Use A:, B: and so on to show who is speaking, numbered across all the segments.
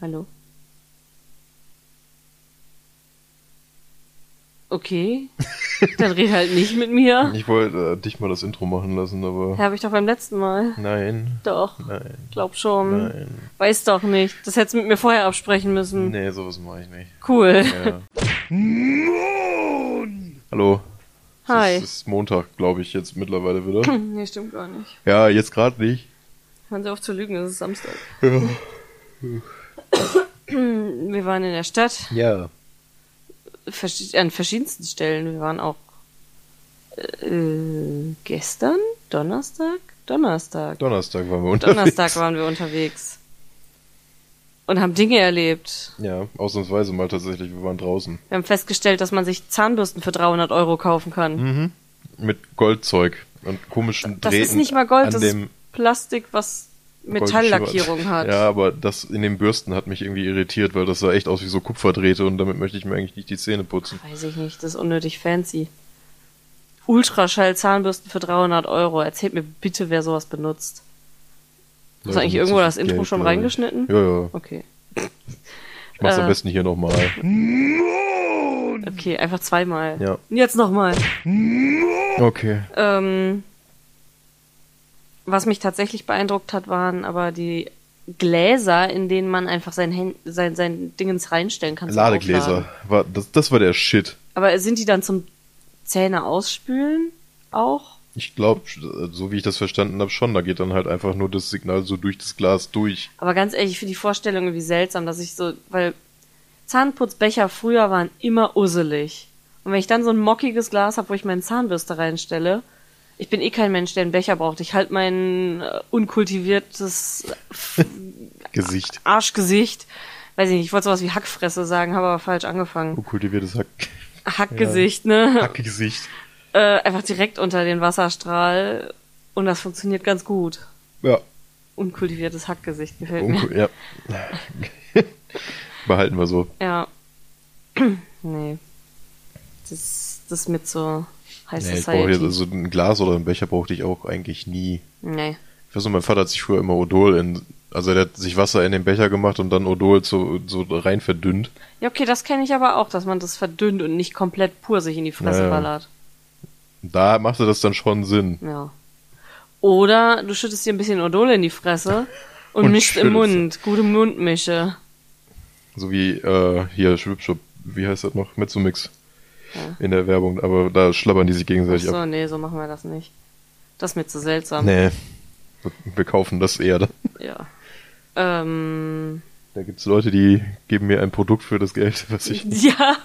A: Hallo? Okay. Dann red halt nicht mit mir.
B: Ich wollte äh, dich mal das Intro machen lassen, aber.
A: Habe ich doch beim letzten Mal.
B: Nein.
A: Doch,
B: Nein.
A: glaub schon.
B: Nein.
A: Weiß doch nicht. Das hättest du mit mir vorher absprechen müssen.
B: Nee, sowas mache ich nicht.
A: Cool.
B: Ja. Hallo.
A: Hi.
B: Es ist, es ist Montag, glaube ich, jetzt mittlerweile wieder.
A: Nee, stimmt gar nicht.
B: ja, jetzt gerade nicht.
A: Hören Sie auf zu lügen, es ist Samstag.
B: Ja.
A: Wir waren in der Stadt,
B: Ja.
A: vers- an verschiedensten Stellen. Wir waren auch äh, gestern? Donnerstag? Donnerstag.
B: Donnerstag waren wir unterwegs.
A: Donnerstag waren wir unterwegs. Und haben Dinge erlebt.
B: Ja, ausnahmsweise mal tatsächlich. Wir waren draußen.
A: Wir haben festgestellt, dass man sich Zahnbürsten für 300 Euro kaufen kann.
B: Hm, Mit Goldzeug und komischen
A: Das
B: Drähten
A: ist nicht mal Gold,
B: an
A: das
B: dem
A: ist Plastik, was Metalllackierung
B: Goldgeschimmert.
A: hat.
B: Ja, aber das in den Bürsten hat mich irgendwie irritiert, weil das sah echt aus wie so Kupferdrähte und damit möchte ich mir eigentlich nicht die Zähne putzen.
A: Weiß ich nicht, das ist unnötig fancy. Ultraschall-Zahnbürsten für 300 Euro. Erzählt mir bitte, wer sowas benutzt. Hast du eigentlich irgendwo das Intro schon reingeschnitten?
B: Ja, ja.
A: Okay.
B: Ich mach's am
A: Äh.
B: besten hier nochmal.
A: Okay, einfach zweimal.
B: Ja.
A: Und jetzt nochmal.
B: Okay.
A: Ähm, was mich tatsächlich beeindruckt hat, waren aber die Gläser, in denen man einfach sein, Hän- sein, sein Dingens reinstellen kann. zum Aufladen.
B: Ladegläser. War, das, das war der Shit.
A: Aber sind die dann zum Zähne ausspülen auch?
B: Ich glaube, so wie ich das verstanden habe, schon. Da geht dann halt einfach nur das Signal so durch das Glas durch.
A: Aber ganz ehrlich, ich finde die Vorstellung irgendwie seltsam, dass ich so, weil Zahnputzbecher früher waren immer usselig. Und wenn ich dann so ein mockiges Glas habe, wo ich meine Zahnbürste reinstelle, ich bin eh kein Mensch, der einen Becher braucht. Ich halte mein äh, unkultiviertes
B: Gesicht.
A: Arschgesicht. Weiß ich nicht, ich wollte sowas wie Hackfresse sagen, habe aber falsch angefangen.
B: Kultiviertes Hack
A: Hackgesicht, ne?
B: Hackgesicht.
A: Äh, einfach direkt unter den Wasserstrahl. Und das funktioniert ganz gut.
B: Ja.
A: Unkultiviertes Hackgesicht gefällt mir.
B: Unku ja. Behalten wir so.
A: Ja. nee. Das, das mit so High
B: Nee, ich brauche jetzt
A: Society.
B: also ein Glas oder einen Becher brauchte ich auch eigentlich nie.
A: Nee.
B: Ich weiß noch, mein Vater hat sich früher immer Odol in, also der hat sich Wasser in den Becher gemacht und dann Odol so, so rein verdünnt.
A: Ja, okay, das kenne ich aber auch, dass man das verdünnt und nicht komplett pur sich in die Fresse
B: Ja, ja.
A: ballert.
B: Da machte das dann schon Sinn.
A: Ja. Oder du schüttest dir ein bisschen Odol in die Fresse und,
B: Und
A: mischst im
B: schüttelst.
A: Mund. Gute Mundmische.
B: So wie äh, hier Schwipschwupp, wie heißt das noch? Mezzomix. In der Werbung, aber da schlabbern die sich gegenseitig ab.
A: So, nee, so machen wir das nicht. Das ist mir zu seltsam.
B: Nee. Wir- Wir kaufen das eher. Da,
A: Ja. Ähm,
B: da gibt's Leute, die geben mir ein Produkt für das Geld, was ich.
A: ja.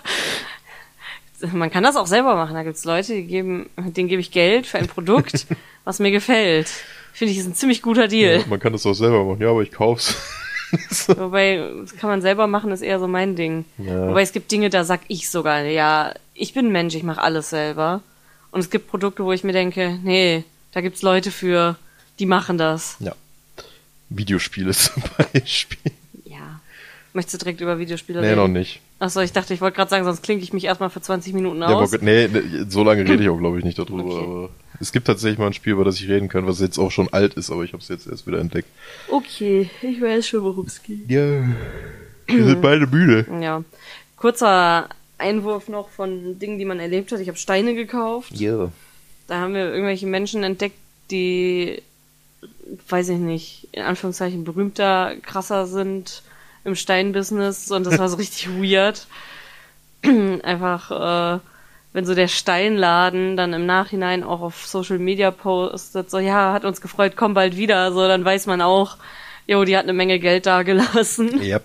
A: Man kann das auch selber machen. Da gibt's Leute, die geben, denen gebe ich Geld für ein Produkt, was mir gefällt. Finde ich, ist ein ziemlich guter Deal.
B: Ja, man kann das auch selber machen. Ja, aber ich kauf's.
A: Wobei, das kann man selber machen, ist eher so mein Ding.
B: Ja.
A: Wobei es gibt Dinge, da sag ich sogar, ja, ich bin Mensch, ich mache alles selber. Und es gibt Produkte, wo ich mir denke, nee, da gibt's Leute für, die machen das.
B: Ja. Videospiele zum Beispiel.
A: Ja. Möchtest du direkt über Videospiele
B: Nee,
A: reden?
B: noch nicht.
A: Achso, ich dachte, ich wollte gerade sagen, sonst klinke ich mich erstmal für 20 Minuten
B: Ja, aber,
A: aus.
B: gut, nee, nee, so lange rede ich auch, glaube ich, nicht darüber.
A: Okay.
B: Aber es gibt tatsächlich mal ein Spiel, über das ich reden kann, was jetzt auch schon alt ist, aber ich habe es jetzt erst wieder entdeckt.
A: okay, ich weiß schon, worum es geht.
B: Ja. Wir sind beide müde.
A: Ja. Kurzer Einwurf noch von Dingen, die man erlebt hat. Ich habe Steine gekauft.
B: Ja.
A: Da haben wir irgendwelche Menschen entdeckt, die, weiß ich nicht, in Anführungszeichen berühmter, krasser sind im Steinbusiness und das war so richtig weird. Einfach, äh, wenn so der Steinladen dann im Nachhinein auch auf Social Media postet, so, ja, hat uns gefreut, komm bald wieder, so, dann weiß man auch, jo, die hat eine Menge Geld dagelassen.
B: Ja.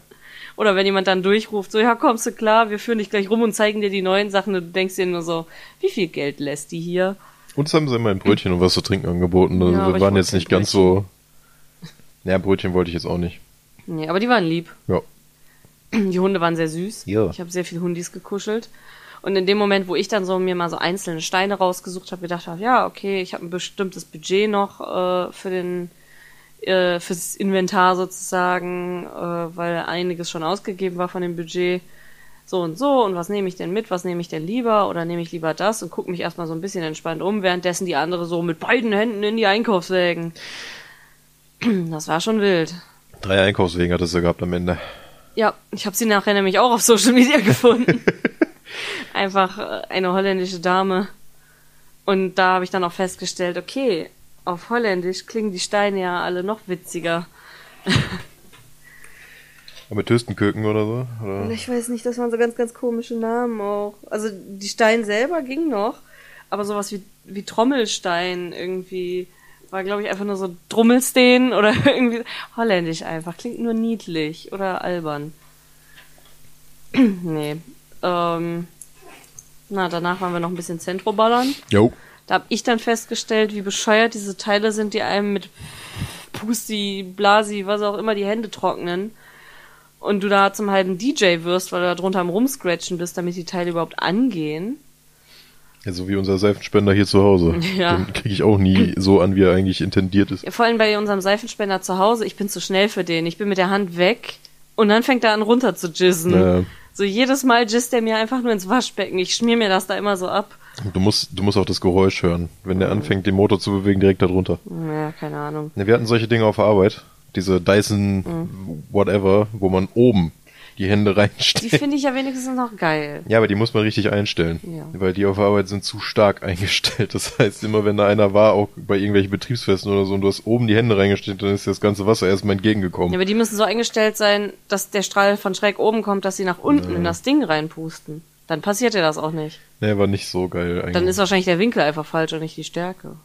A: Oder wenn jemand dann durchruft, so, ja, kommst du klar, wir führen dich gleich rum und zeigen dir die neuen Sachen und du denkst dir nur so, wie viel Geld lässt die hier?
B: Uns haben sie immer ein Brötchen und was zu trinken angeboten. Also
A: Ja, aber
B: wir
A: ich
B: waren
A: wollte
B: jetzt nicht
A: kein
B: ganz so. Ja, Brötchen wollte ich jetzt auch nicht.
A: Nee, aber die waren lieb.
B: Ja.
A: Die Hunde waren sehr süß.
B: Ja.
A: Ich habe sehr viel Hundis gekuschelt. Und in dem Moment, wo ich dann so mir mal so einzelne Steine rausgesucht habe, gedacht habe, ja, okay, ich habe ein bestimmtes Budget noch äh, für den äh, fürs Inventar sozusagen, äh, weil einiges schon ausgegeben war von dem Budget. So und so, und was nehme ich denn mit, was nehme ich denn lieber oder nehme ich lieber das und gucke mich erstmal so ein bisschen entspannt um, währenddessen die andere so mit beiden Händen in die Einkaufswägen. Das war schon wild.
B: Drei Einkaufswegen hat es ja gehabt am Ende.
A: Ja, ich habe sie nachher nämlich auch auf Social Media gefunden. Einfach äh, eine holländische Dame. Und da habe ich dann auch festgestellt, okay, auf Holländisch klingen die Steine ja alle noch witziger.
B: Aber mit Hüstenköken oder so? Oder?
A: Ich weiß nicht, das waren so ganz, ganz komische Namen auch. Also die Steine selber ging noch, aber sowas wie, wie Trommelstein irgendwie war, glaube ich, einfach nur so Drummelstein oder irgendwie holländisch einfach. Klingt nur niedlich oder albern. nee. Ähm, na, danach waren wir noch ein bisschen Zentroballern.
B: Jo.
A: Da habe ich dann festgestellt, wie bescheuert diese Teile sind, die einem mit Pusti, Blasi, was auch immer, die Hände trocknen. Und du da zum halben DJ wirst, weil du da drunter am Rumscratchen bist, damit die Teile überhaupt angehen.
B: Ja, so wie unser Seifenspender hier zu Hause.
A: Ja.
B: Den kriege ich auch nie so an, wie er eigentlich intendiert ist.
A: Ja, vor allem bei unserem Seifenspender zu Hause, ich bin zu schnell für den. Ich bin mit der Hand weg und dann fängt er an runter zu jizzen.
B: Ja.
A: So jedes Mal jizzt er mir einfach nur ins Waschbecken. Ich schmier mir das da immer so ab.
B: Du musst, du musst auch das Geräusch hören, wenn der anfängt, den Motor zu bewegen, direkt darunter.
A: Ja, keine Ahnung.
B: Ne, wir hatten solche Dinge auf der Arbeit. Diese Dyson whatever, wo man oben die Hände
A: Mhm. Die
B: reinsteckt.
A: finde ich ja wenigstens noch geil.
B: Ja, aber die muss man richtig einstellen.
A: Ja.
B: Weil die auf der Arbeit sind zu stark eingestellt. Das heißt, immer wenn da einer war, auch bei irgendwelchen Betriebsfesten oder so, und du hast oben die Hände reingesteckt, dann ist dir das ganze Wasser erstmal entgegengekommen.
A: Ja, aber die müssen so eingestellt sein, dass der Strahl von schräg oben kommt, dass sie nach unten in das Ding reinpusten. Dann passiert dir das auch nicht.
B: Nee, war nicht so geil eigentlich.
A: Dann ist wahrscheinlich der Winkel einfach falsch und nicht die Stärke.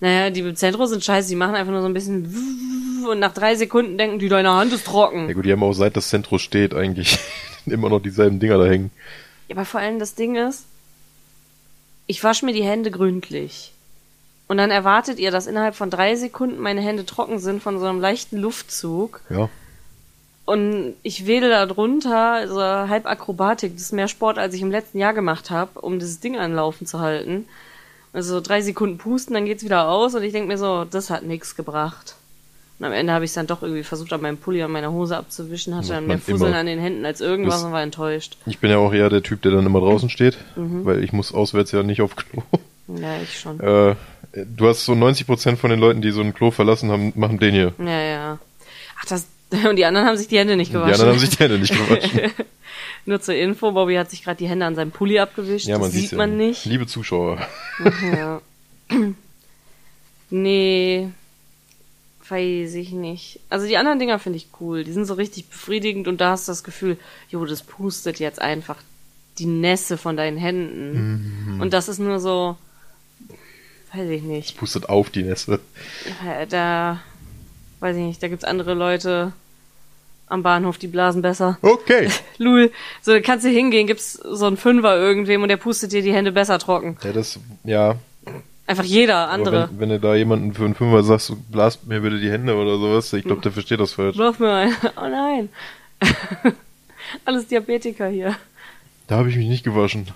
A: Naja, die im Zentrum sind scheiße, die machen einfach nur so ein bisschen und nach drei Sekunden denken die, deine Hand ist
B: ja
A: trocken.
B: gut, die haben auch seit das Zentro steht eigentlich immer noch dieselben Dinger da hängen.
A: Ja, aber vor allem das Ding ist, ich wasche mir die Hände gründlich. Und dann erwartet ihr, dass innerhalb von drei Sekunden meine Hände trocken sind von so einem leichten Luftzug.
B: Ja.
A: Und ich wedel da drunter, also halb Akrobatik, das ist mehr Sport, als ich im letzten Jahr gemacht habe, um dieses Ding an Laufen zu halten. Also drei Sekunden pusten, dann geht's wieder aus und ich denk mir so, das hat nix gebracht. Und am Ende habe ich dann doch irgendwie versucht, an meinem Pulli, an meiner Hose abzuwischen, hatte
B: Macht
A: dann
B: man
A: mehr Fusseln
B: immer.
A: an den Händen als irgendwas
B: Das-
A: und war enttäuscht.
B: Ich bin ja auch eher der Typ, der dann immer draußen steht,
A: Mhm.
B: weil ich muss auswärts ja nicht auf Klo.
A: Ja, ich schon.
B: Äh, du hast so 90% von den Leuten, die so ein Klo verlassen haben, machen den hier.
A: Ja, ja. Ach, das, und die anderen haben sich die Hände nicht
B: Die
A: gewaschen.
B: anderen haben sich die Hände nicht gewaschen.
A: Nur zur Info, Bobby hat sich gerade die Hände an seinem Pulli abgewischt,
B: Ja, man
A: das
B: sieht's
A: sieht man
B: ja
A: nicht.
B: Liebe Zuschauer,
A: Ja. Nee, weiß ich nicht. Also die anderen Dinger finde ich cool. Die sind so richtig befriedigend und da hast du das Gefühl, jo, das pustet jetzt einfach die Nässe von deinen Händen.
B: Mhm.
A: Und das ist nur so, weiß ich nicht.
B: pustet auf die Nässe.
A: Äh, Da, weiß ich nicht, da gibt's andere Leute am Bahnhof, die blasen besser.
B: Okay.
A: Lul, so da kannst du hingehen, gibt's so einen Fünfer irgendwem und der pustet dir die Hände besser trocken.
B: Ja, das, ja.
A: Einfach jeder andere.
B: Aber wenn, wenn du da jemanden für einen Fünfer sagst, du blast mir bitte die Hände oder sowas, ich glaube,
A: Hm.
B: der versteht das falsch.
A: Wirf mir ein. Oh nein. Alles Diabetiker hier.
B: Da habe ich mich nicht gewaschen.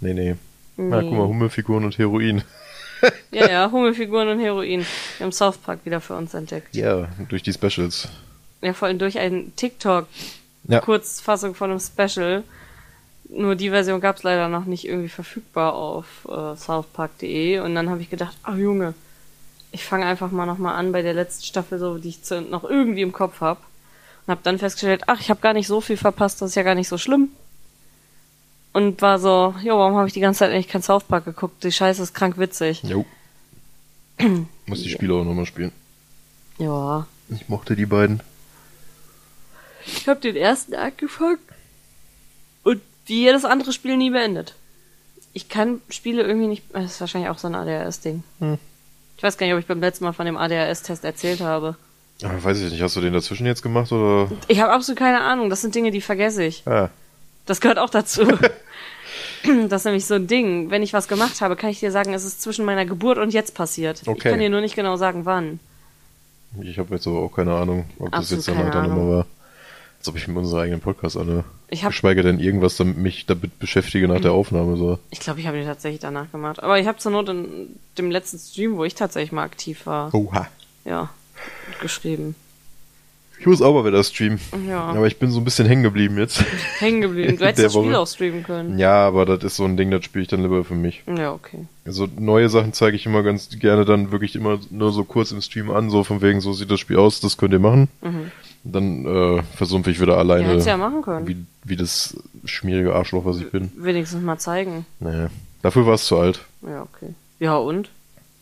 B: Nee, nee. Na, guck mal, Hummelfiguren und Heroin.
A: ja, ja, Hummelfiguren und Heroin. Wir haben South Park wieder für uns entdeckt.
B: Ja, durch die Specials.
A: Ja, vor allem durch einen TikTok.
B: Ja.
A: Kurzfassung von einem Special. Nur die Version gab's leider noch nicht irgendwie verfügbar auf äh, southpark.de. Und dann habe ich gedacht, oh Junge, ich fange einfach mal nochmal an bei der letzten Staffel, so die ich zu, noch irgendwie im Kopf habe. Und habe dann festgestellt, ach, ich habe gar nicht so viel verpasst, das ist ja gar nicht so schlimm. Und war so, jo, warum habe ich die ganze Zeit eigentlich kein South Park geguckt? Die Scheiße ist krank witzig.
B: Jo. Muss die Spiele auch nochmal spielen.
A: Ja.
B: Ich mochte die beiden.
A: Ich habe den ersten angefangen und wie jedes andere Spiel nie beendet. Ich kann Spiele irgendwie nicht. Das ist wahrscheinlich auch so ein ADHS-Ding. Ich weiß gar nicht, ob ich beim letzten Mal von dem ADHS-Test erzählt habe.
B: Aber Ah, weiß ich nicht, hast du den dazwischen jetzt gemacht oder?
A: Ich habe absolut keine Ahnung. Das sind Dinge, die vergesse ich.
B: Ah,
A: Das gehört auch dazu. das ist nämlich so ein Ding. Wenn ich was gemacht habe, kann ich dir sagen, es ist zwischen meiner Geburt und jetzt passiert. Ich
B: Okay.
A: kann dir nur nicht genau sagen, wann.
B: ich habe jetzt aber auch keine Ahnung, ob das
A: Absolut
B: jetzt dann
A: keine
B: halt dann
A: Ahnung.
B: immer war. Als ob ich mit unserem eigenen Podcast anhöre.
A: Ich hab- Hm.
B: Geschweige denn irgendwas, damit mich damit beschäftige nach der Aufnahme so.
A: Ich glaube, ich habe die tatsächlich danach gemacht. Aber ich habe zur Not in dem letzten Stream, wo ich tatsächlich mal aktiv war,
B: Oha.
A: ja, geschrieben.
B: Ich muss auch mal wieder streamen.
A: Ja.
B: Aber ich bin so ein bisschen hängen geblieben jetzt.
A: Hängen geblieben. Du hättest
B: Der
A: das Spiel
B: Woche.
A: auch streamen können.
B: Ja, aber das ist so ein Ding, das spiele ich dann lieber für mich.
A: Ja, okay.
B: Also neue Sachen zeige ich immer ganz gerne dann wirklich immer nur so kurz im Stream an, so von wegen, so sieht das Spiel aus, das könnt ihr machen. Dann äh, versumpfe ich wieder
A: Mhm. Ja,
B: alleine,
A: hättest du ja machen können.
B: wie, wie das schmierige Arschloch, was ich bin.
A: Wenigstens mal zeigen.
B: Naja, dafür war es zu alt.
A: Ja, okay. Ja, und?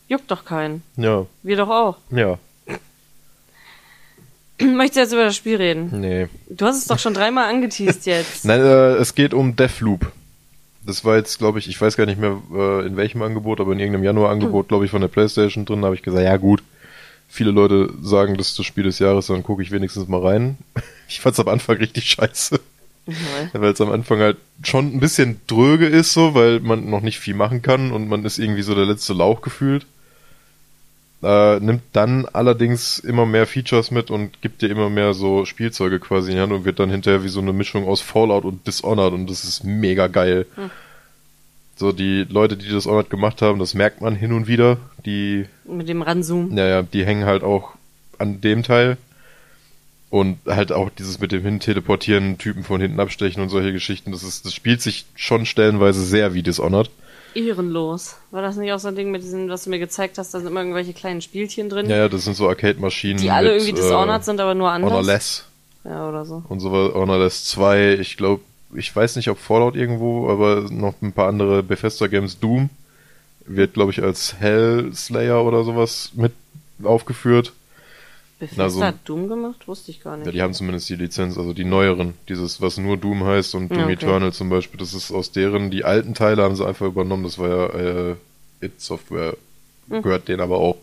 A: Juckt doch keinen.
B: Ja,
A: Wir doch auch.
B: ja,
A: Möchtest du jetzt über das Spiel reden?
B: nee.
A: Du hast es doch schon dreimal angeteased jetzt.
B: Nein, äh, es geht um Deathloop. Das war jetzt, glaube ich, ich weiß gar nicht mehr äh, in welchem Angebot, aber in irgendeinem Januar-Angebot, glaube ich, von der Playstation drin. Da habe ich gesagt, ja gut, viele Leute sagen, das ist das Spiel des Jahres, dann gucke ich wenigstens mal rein. Ich fand es am Anfang richtig scheiße.
A: Nein.
B: Ja, Weil es am Anfang halt schon ein bisschen dröge ist, so, weil man noch nicht viel machen kann und man ist irgendwie so der letzte Lauch gefühlt. Äh, nimmt dann allerdings immer mehr Features mit und gibt dir immer mehr so Spielzeuge quasi in die Hand und wird dann hinterher wie so eine Mischung aus Fallout und Dishonored und das ist mega geil. So, die Leute, die Dishonored gemacht haben, das merkt man hin und wieder. Die
A: Mit dem Ranzoom.
B: naja, die hängen halt auch an dem Teil. Und halt auch dieses mit dem Hinteleportieren, Typen von hinten abstechen und solche Geschichten, das ist, das spielt sich schon stellenweise sehr wie Dishonored.
A: Ehrenlos. War das nicht auch so ein Ding mit diesem, was du mir gezeigt hast, da sind immer irgendwelche kleinen Spielchen drin,
B: Ja, ja, das sind so Arcade-Maschinen.
A: Mhm. die alle
B: mit, äh,
A: irgendwie Dishonored sind, aber nur anders?
B: Honorless
A: Ja, oder so.
B: und so was, Honorless 2, ich glaube, ich weiß nicht, ob Fallout irgendwo, aber noch ein paar andere Bethesda-Games, Doom, wird, glaube ich, als Hellslayer oder sowas mit aufgeführt.
A: Bethesda
B: Na, so-
A: hat Doom gemacht? Wusste ich gar
B: Ja,
A: nicht.
B: die haben zumindest die Lizenz, also die neueren. Dieses, was nur Doom heißt und Doom
A: Ja, okay.
B: Eternal zum Beispiel, das ist aus deren, die alten Teile haben sie einfach übernommen. Das war ja äh, It Software,
A: Mhm.
B: gehört denen aber auch.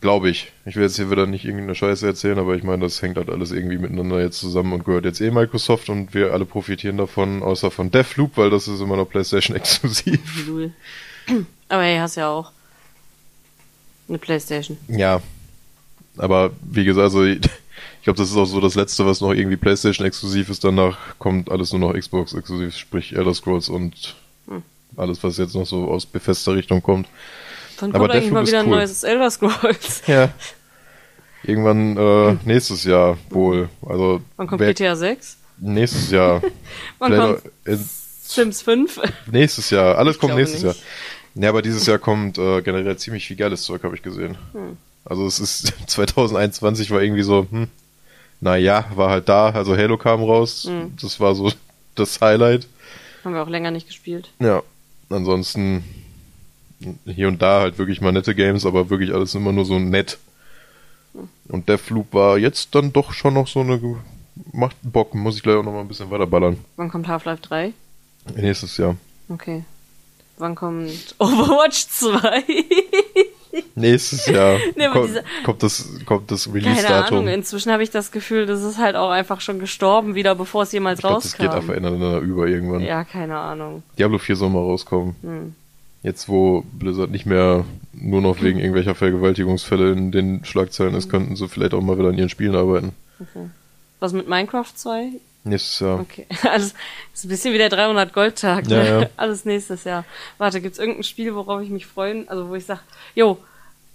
B: Glaube ich. Ich will jetzt hier wieder nicht irgendeine Scheiße erzählen, aber ich meine, das hängt halt alles irgendwie miteinander jetzt zusammen und gehört jetzt eh Microsoft und wir alle profitieren davon, außer von Deathloop, weil das ist immer noch PlayStation exklusiv.
A: Lul. Aber hey, hast ja auch eine Playstation.
B: Ja. Aber wie gesagt, also ich glaube, das ist auch so das Letzte, was noch irgendwie PlayStation-exklusiv ist. Danach kommt alles nur noch Xbox-exklusiv, sprich Elder Scrolls und
A: Hm.
B: alles, was jetzt noch so aus befester Richtung kommt.
A: Dann
B: Aber
A: kommt eigentlich
B: Deathloop
A: mal
B: ist
A: wieder ein
B: cool.
A: neues Elder Scrolls.
B: Ja. Irgendwann äh, nächstes Jahr wohl. Also
A: Hm. Wann kommt
B: wer-
A: GTA 6?
B: nächstes Jahr.
A: Wann
B: Vielleicht
A: kommt
B: noch in-
A: Sims 5?
B: nächstes Jahr. Alles kommt
A: glaube
B: nächstes
A: nicht.
B: Jahr. Ja, aber dieses Jahr kommt äh, generell ziemlich viel geiles Zeug, habe ich gesehen.
A: Hm.
B: Also es ist 2021 war irgendwie so, hm, naja, war halt da. Also Halo kam raus,
A: Hm.
B: das war so das Highlight.
A: Haben wir auch länger nicht gespielt.
B: Ja. Ansonsten hier und da halt wirklich mal nette Games, aber wirklich alles immer nur so nett.
A: Hm.
B: Und Deathloop war jetzt dann doch schon noch so eine ge- macht Bock, muss ich gleich auch noch mal ein bisschen weiterballern.
A: Wann kommt Half-Life 3?
B: Nächstes Jahr.
A: Okay. Wann kommt Overwatch 2?
B: Nächstes Jahr
A: Nee, aber
B: kommt,
A: diese-
B: kommt das, kommt das
A: Keine Ahnung,
B: Release-Datum.
A: inzwischen habe ich das Gefühl, das ist halt auch einfach schon gestorben wieder, bevor es jemals
B: Ich glaube, das
A: rauskam.
B: geht einfach ineinander über irgendwann.
A: ja, Hm. keine Ahnung.
B: Diablo 4 soll mal rauskommen. Jetzt, wo Blizzard nicht mehr nur noch wegen irgendwelcher Vergewaltigungsfälle in den Schlagzeilen ist, könnten sie vielleicht auch mal wieder an ihren Spielen arbeiten.
A: Was mit Minecraft 2?
B: Nächstes Jahr.
A: Okay, alles ist ein bisschen wie der 300 Goldtag. Ne?
B: Ja, ja.
A: Alles nächstes Jahr. Warte, gibt's irgendein Spiel, worauf ich mich freuen, also wo ich sag, jo,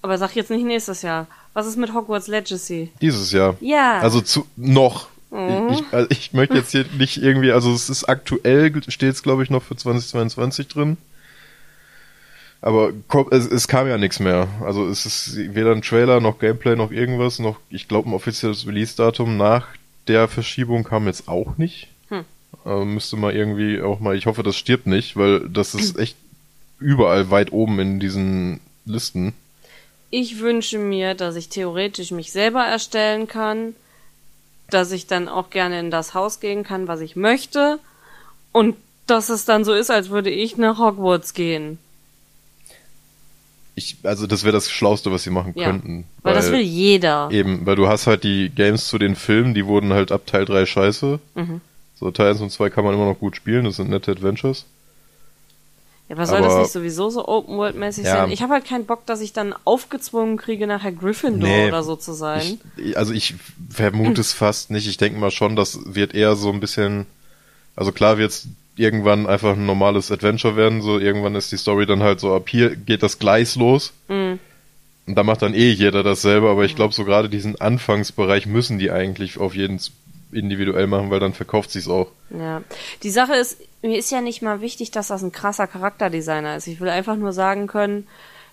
A: aber sag jetzt nicht nächstes Jahr. Was ist mit Hogwarts Legacy?
B: Dieses Jahr.
A: Ja. Mhm.
B: Also zu, noch. Ich, ich, also ich möchte jetzt hier nicht irgendwie, also es ist aktuell, steht es glaube ich noch für 2022 drin. Aber ko- es, es kam ja nichts mehr. Also es ist weder ein Trailer noch Gameplay noch irgendwas, noch ich glaube ein offizielles Release-Datum nach der Verschiebung kam jetzt auch nicht.
A: Hm.
B: Äh, müsste mal irgendwie auch mal, ich hoffe, das stirbt nicht, weil das ist echt überall weit oben in diesen Listen.
A: Ich wünsche mir, dass ich theoretisch mich selber erstellen kann, dass ich dann auch gerne in das Haus gehen kann, was ich möchte und dass es dann so ist, als würde ich nach Hogwarts gehen.
B: Ich, also das wäre das Schlauste, was sie machen
A: Ja.
B: könnten.
A: Weil, das will jeder.
B: Eben, weil du hast halt die Games zu den Filmen, die wurden halt ab Teil 3 scheiße.
A: Mhm.
B: So, Teil 1 und 2 kann man immer noch gut spielen, das sind nette Adventures.
A: Ja, aber soll das
B: aber-
A: nicht sowieso so Open-World-mäßig
B: Ja.
A: sein? Ich habe halt keinen Bock, dass ich dann aufgezwungen kriege, nachher Gryffindor
B: Nee.
A: oder so zu sein.
B: Ich, ich- also ich vermute es fast nicht. Ich denke mal schon, das wird eher so ein bisschen. Also klar wird es irgendwann einfach ein
A: Mhm.
B: normales Adventure werden. So irgendwann ist die Story dann halt so ab hier geht das Gleis los. Und da macht dann eh jeder dasselbe, aber ich glaube, so gerade diesen Anfangsbereich müssen die eigentlich auf jeden individuell machen, weil dann verkauft sich's auch.
A: Ja. Die Sache ist, mir ist ja nicht mal wichtig, dass das ein krasser Charakterdesigner ist. Ich will einfach nur sagen können,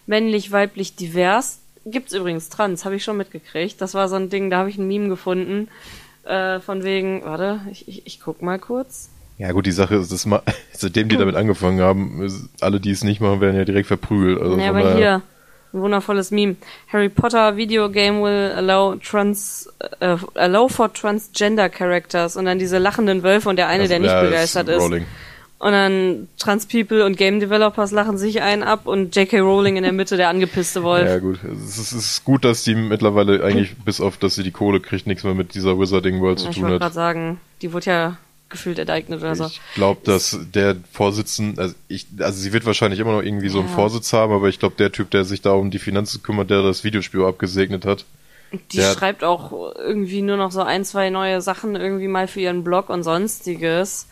A: männlich, weiblich, divers. Gibt's übrigens trans, habe ich schon mitgekriegt. Das war so ein Ding, da habe ich ein Meme gefunden. Äh, von wegen, warte, ich, ich, ich guck mal kurz.
B: Ja gut, die Sache ist, dass ma- seitdem die damit angefangen haben, ist- alle, die es nicht machen, werden ja direkt verprügelt. Also
A: Ja,
B: von
A: aber
B: daher-
A: hier, ein wundervolles Meme. Harry Potter Video Game will allow trans äh, allow for transgender characters und dann diese lachenden Wölfe und der eine,
B: Das-
A: der nicht
B: also, ja,
A: begeistert ist.
B: Rowling.
A: Und dann Trans People und Game Developers lachen sich einen ab und J.K. Rowling in der Mitte, der angepisste Wolf.
B: Ja gut, es ist, es ist gut, dass die mittlerweile eigentlich, bis auf, dass sie die Kohle kriegt, nichts mehr mit dieser Wizarding World zu
A: ich
B: tun
A: wollte gerade
B: hat.
A: sagen, also die wurde ja gefühlt enteignet oder so.
B: Ich glaube, dass der Vorsitzende, also, ich, also sie wird wahrscheinlich immer noch irgendwie so einen Vorsitz haben, aber ich glaube, der Typ, der sich da um die Finanzen kümmert, der das Videospiel abgesegnet hat,
A: Die
B: der-
A: schreibt auch irgendwie nur noch so ein, zwei neue Sachen irgendwie mal für ihren Blog und sonstiges.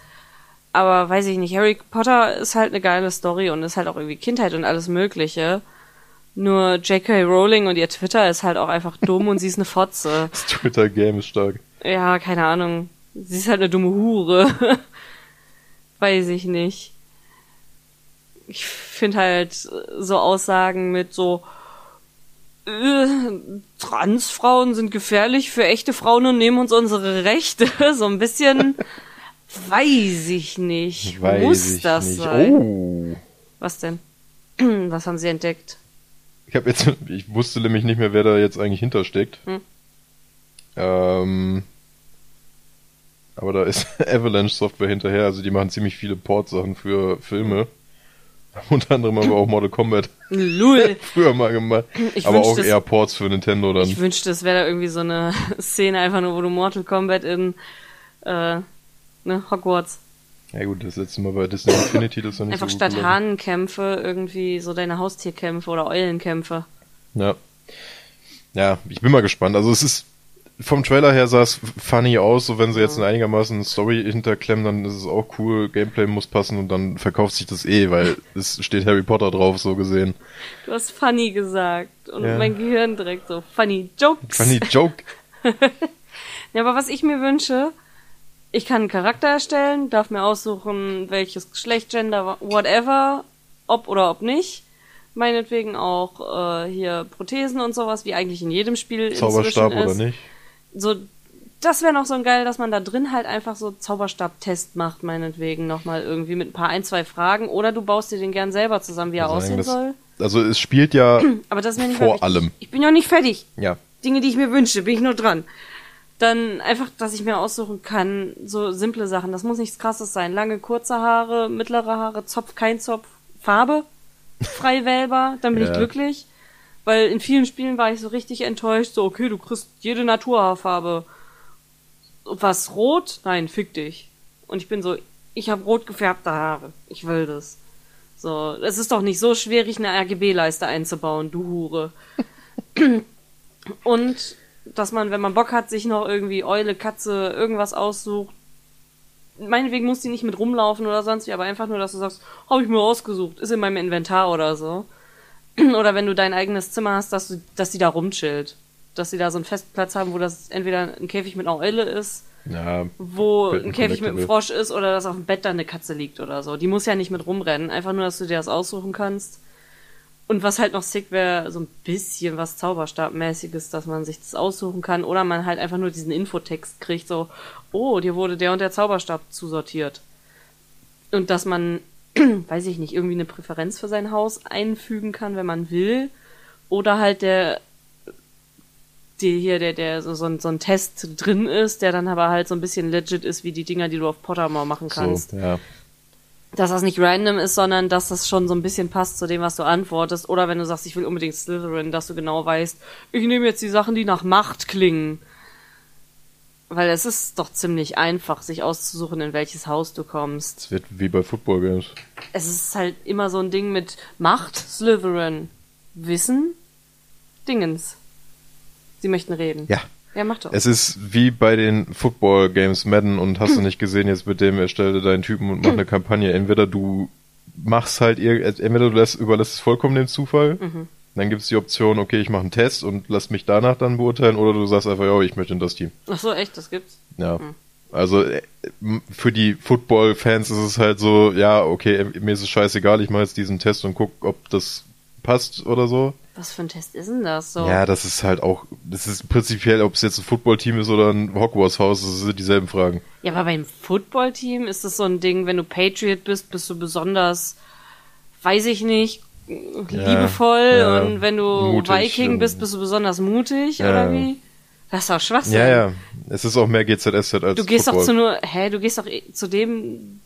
A: Aber weiß ich nicht, Harry Potter ist halt eine geile Story und ist halt auch irgendwie Kindheit und alles Mögliche. Nur J.K. Rowling und ihr Twitter ist halt auch einfach dumm und sie ist eine Fotze.
B: das Twitter-Game ist stark.
A: Ja, keine Ahnung. Sie ist halt eine dumme Hure. Weiß ich nicht. Ich finde halt äh, so Aussagen mit so äh, Transfrauen sind gefährlich für echte Frauen und nehmen uns unsere Rechte. So ein bisschen weiß ich nicht. Muss das sein?
B: Oh.
A: Was denn? Was haben sie entdeckt?
B: Ich habe jetzt, ich wusste nämlich nicht mehr, wer da jetzt eigentlich hintersteckt.
A: Hm.
B: Ähm, aber da ist Avalanche Software hinterher, also die machen ziemlich viele Port-Sachen für Filme. Unter anderem aber auch Mortal Kombat
A: Lul.
B: früher mal gemacht.
A: Ich
B: aber
A: wünschte,
B: auch
A: es-
B: eher Ports für Nintendo dann.
A: Ich wünschte, es wäre da irgendwie so eine Szene einfach nur, wo du Mortal Kombat in äh, ne, Hogwarts
B: Ja gut, das letzte Mal bei Disney Infinity, das war nicht
A: einfach
B: so gut
A: statt
B: gelaufen.
A: Hahnenkämpfe irgendwie so deine Haustierkämpfe oder Eulenkämpfe.
B: Ja. Ja, ich bin mal gespannt. Also es ist vom Trailer her sah es funny aus, so wenn sie
A: Mhm.
B: jetzt eine einigermaßen Story hinterklemmen, dann ist es auch cool, Gameplay muss passen und dann verkauft sich das eh, weil es steht Harry Potter drauf, so gesehen.
A: Du hast funny gesagt und
B: Ja.
A: mein Gehirn direkt so funny jokes.
B: Funny Joke.
A: Ja, aber was ich mir wünsche, ich kann einen Charakter erstellen, darf mir aussuchen, welches Geschlecht, Gender, whatever, ob oder ob nicht. Meinetwegen auch äh, hier Prothesen und sowas, wie eigentlich in jedem Spiel
B: Zauberstab
A: inzwischen
B: oder
A: ist.
B: nicht?
A: so, das wäre noch so ein geil, dass man da drin halt einfach so Zauberstab-Test macht, meinetwegen nochmal irgendwie mit ein paar ein, zwei Fragen. Oder du baust dir den gern selber zusammen, wie er aussehen
B: das,
A: soll.
B: also es spielt ja
A: Aber das wäre nicht
B: vor
A: mal wichtig.
B: allem.
A: Ich bin noch nicht fertig.
B: Ja.
A: Dinge, die ich mir wünsche, bin ich nur dran. Dann einfach, dass ich mir aussuchen kann, so simple Sachen. Das muss nichts krasses sein. Lange, kurze Haare, mittlere Haare, Zopf, kein Zopf, Farbe, frei wählbar, dann bin
B: Ja.
A: ich glücklich. Weil in vielen Spielen war ich so richtig enttäuscht, so, okay, du kriegst jede Naturhaarfarbe. Was rot? Nein, fick dich. Und ich bin so, ich habe rot gefärbte Haare. Ich will das. So, es ist doch nicht so schwierig, eine RGB-Leiste einzubauen, du Hure. Und dass man, wenn man Bock hat, sich noch irgendwie Eule, Katze, irgendwas aussucht. Meinetwegen muss die nicht mit rumlaufen oder sonst wie, aber einfach nur, dass du sagst, habe ich mir ausgesucht, ist in meinem Inventar oder so. Oder wenn du dein eigenes Zimmer hast, dass, du, dass die da rumchillt. Dass sie da so einen festen Platz haben, wo das entweder ein Käfig mit einer Eule ist,
B: Ja.
A: wo
B: Bett
A: ein
B: mit
A: Käfig mit einem
B: Collectible.
A: Frosch ist oder dass auf dem Bett da eine Katze liegt oder so. Die muss ja nicht mit rumrennen, einfach nur, dass du dir das aussuchen kannst. Und was halt noch sick wäre, so ein bisschen was Zauberstabmäßiges, dass man sich das aussuchen kann oder man halt einfach nur diesen Infotext kriegt, so, oh, dir wurde der und der Zauberstab zusortiert. Und dass man, weiß ich nicht, irgendwie eine Präferenz für sein Haus einfügen kann, wenn man will. Oder halt der die hier, der, der so, so, ein, so ein Test drin ist, der dann aber halt so ein bisschen legit ist, wie die Dinger, die du auf Pottermore machen kannst.
B: So, ja.
A: Dass das nicht random ist, sondern dass das schon so ein bisschen passt zu dem, was du antwortest. Oder wenn du sagst, ich will unbedingt Slytherin, dass du genau weißt, ich nehme jetzt die Sachen, die nach Macht klingen. Weil es ist doch ziemlich einfach, sich auszusuchen, in welches Haus du kommst.
B: Es wird wie bei Football Games.
A: Es ist halt immer so ein Ding mit Macht, Slytherin, Wissen, Dingens. Sie möchten reden.
B: Ja.
A: Ja, mach doch.
B: Es ist wie bei den Football Games Madden und hast du nicht gesehen, jetzt mit dem erstelle deinen Typen und mach eine Kampagne. Entweder du machst halt, irg- entweder du lässt, überlässt es vollkommen dem Zufall Dann gibt's die Option, okay, ich mache einen Test und lass mich danach dann beurteilen oder du sagst einfach, ja, ich möchte in das Team.
A: Ach so, echt, das gibt's.
B: Ja. Also äh, m- für die Football-Fans ist es halt so, ja, okay, äh, mir ist es scheißegal, ich mache jetzt diesen Test und guck, ob das passt oder so.
A: Was für ein Test ist denn das so?
B: Ja, das ist halt auch, das ist prinzipiell, ob es jetzt ein Football-Team ist oder ein Hogwarts-Haus, das sind dieselben Fragen.
A: Ja, aber beim Footballteam ist das so ein Ding, wenn du Patriot bist, bist du besonders, weiß ich nicht, liebevoll
B: ja,
A: und wenn du
B: mutig
A: Viking
B: und-
A: bist, bist du besonders mutig
B: Ja, ja.
A: oder wie? Das ist doch Schwachsinn.
B: Ja, ja, es ist auch mehr GZSZ als
A: Du gehst doch
B: Football.
A: zu nur, hä, du gehst doch eh zu dem,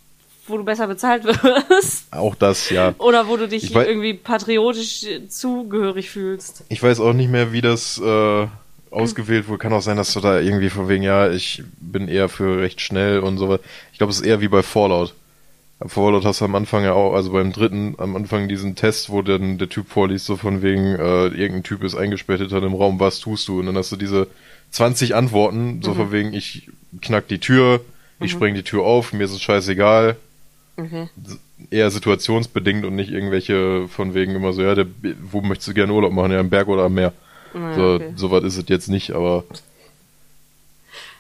A: wo du besser bezahlt wirst
B: Auch das, ja.
A: oder wo du dich
B: Ich wei-
A: irgendwie patriotisch äh, zugehörig fühlst.
B: Ich weiß auch nicht mehr, wie das äh, ausgewählt wurde. Kann auch sein, dass du da irgendwie von wegen, ja, ich bin eher für recht schnell und sowas. Ich glaube, es ist eher wie bei Fallout. Bei Fallout hast du am Anfang ja auch, also beim dritten, am Anfang diesen Test, wo dann der Typ vorliest, so von wegen, äh, irgendein Typ ist eingesperrt hinter einem Raum, was tust du? Und dann hast du diese 20 Antworten, so von wegen, ich knack die Tür, ich spreng die Tür auf, mir ist es scheißegal,
A: Okay.
B: eher situationsbedingt und nicht irgendwelche von wegen immer so, ja, der, wo möchtest du gerne Urlaub machen? Ja, am Berg oder am Meer.
A: Naja,
B: so,
A: Ah, okay.
B: so was ist es jetzt nicht, aber.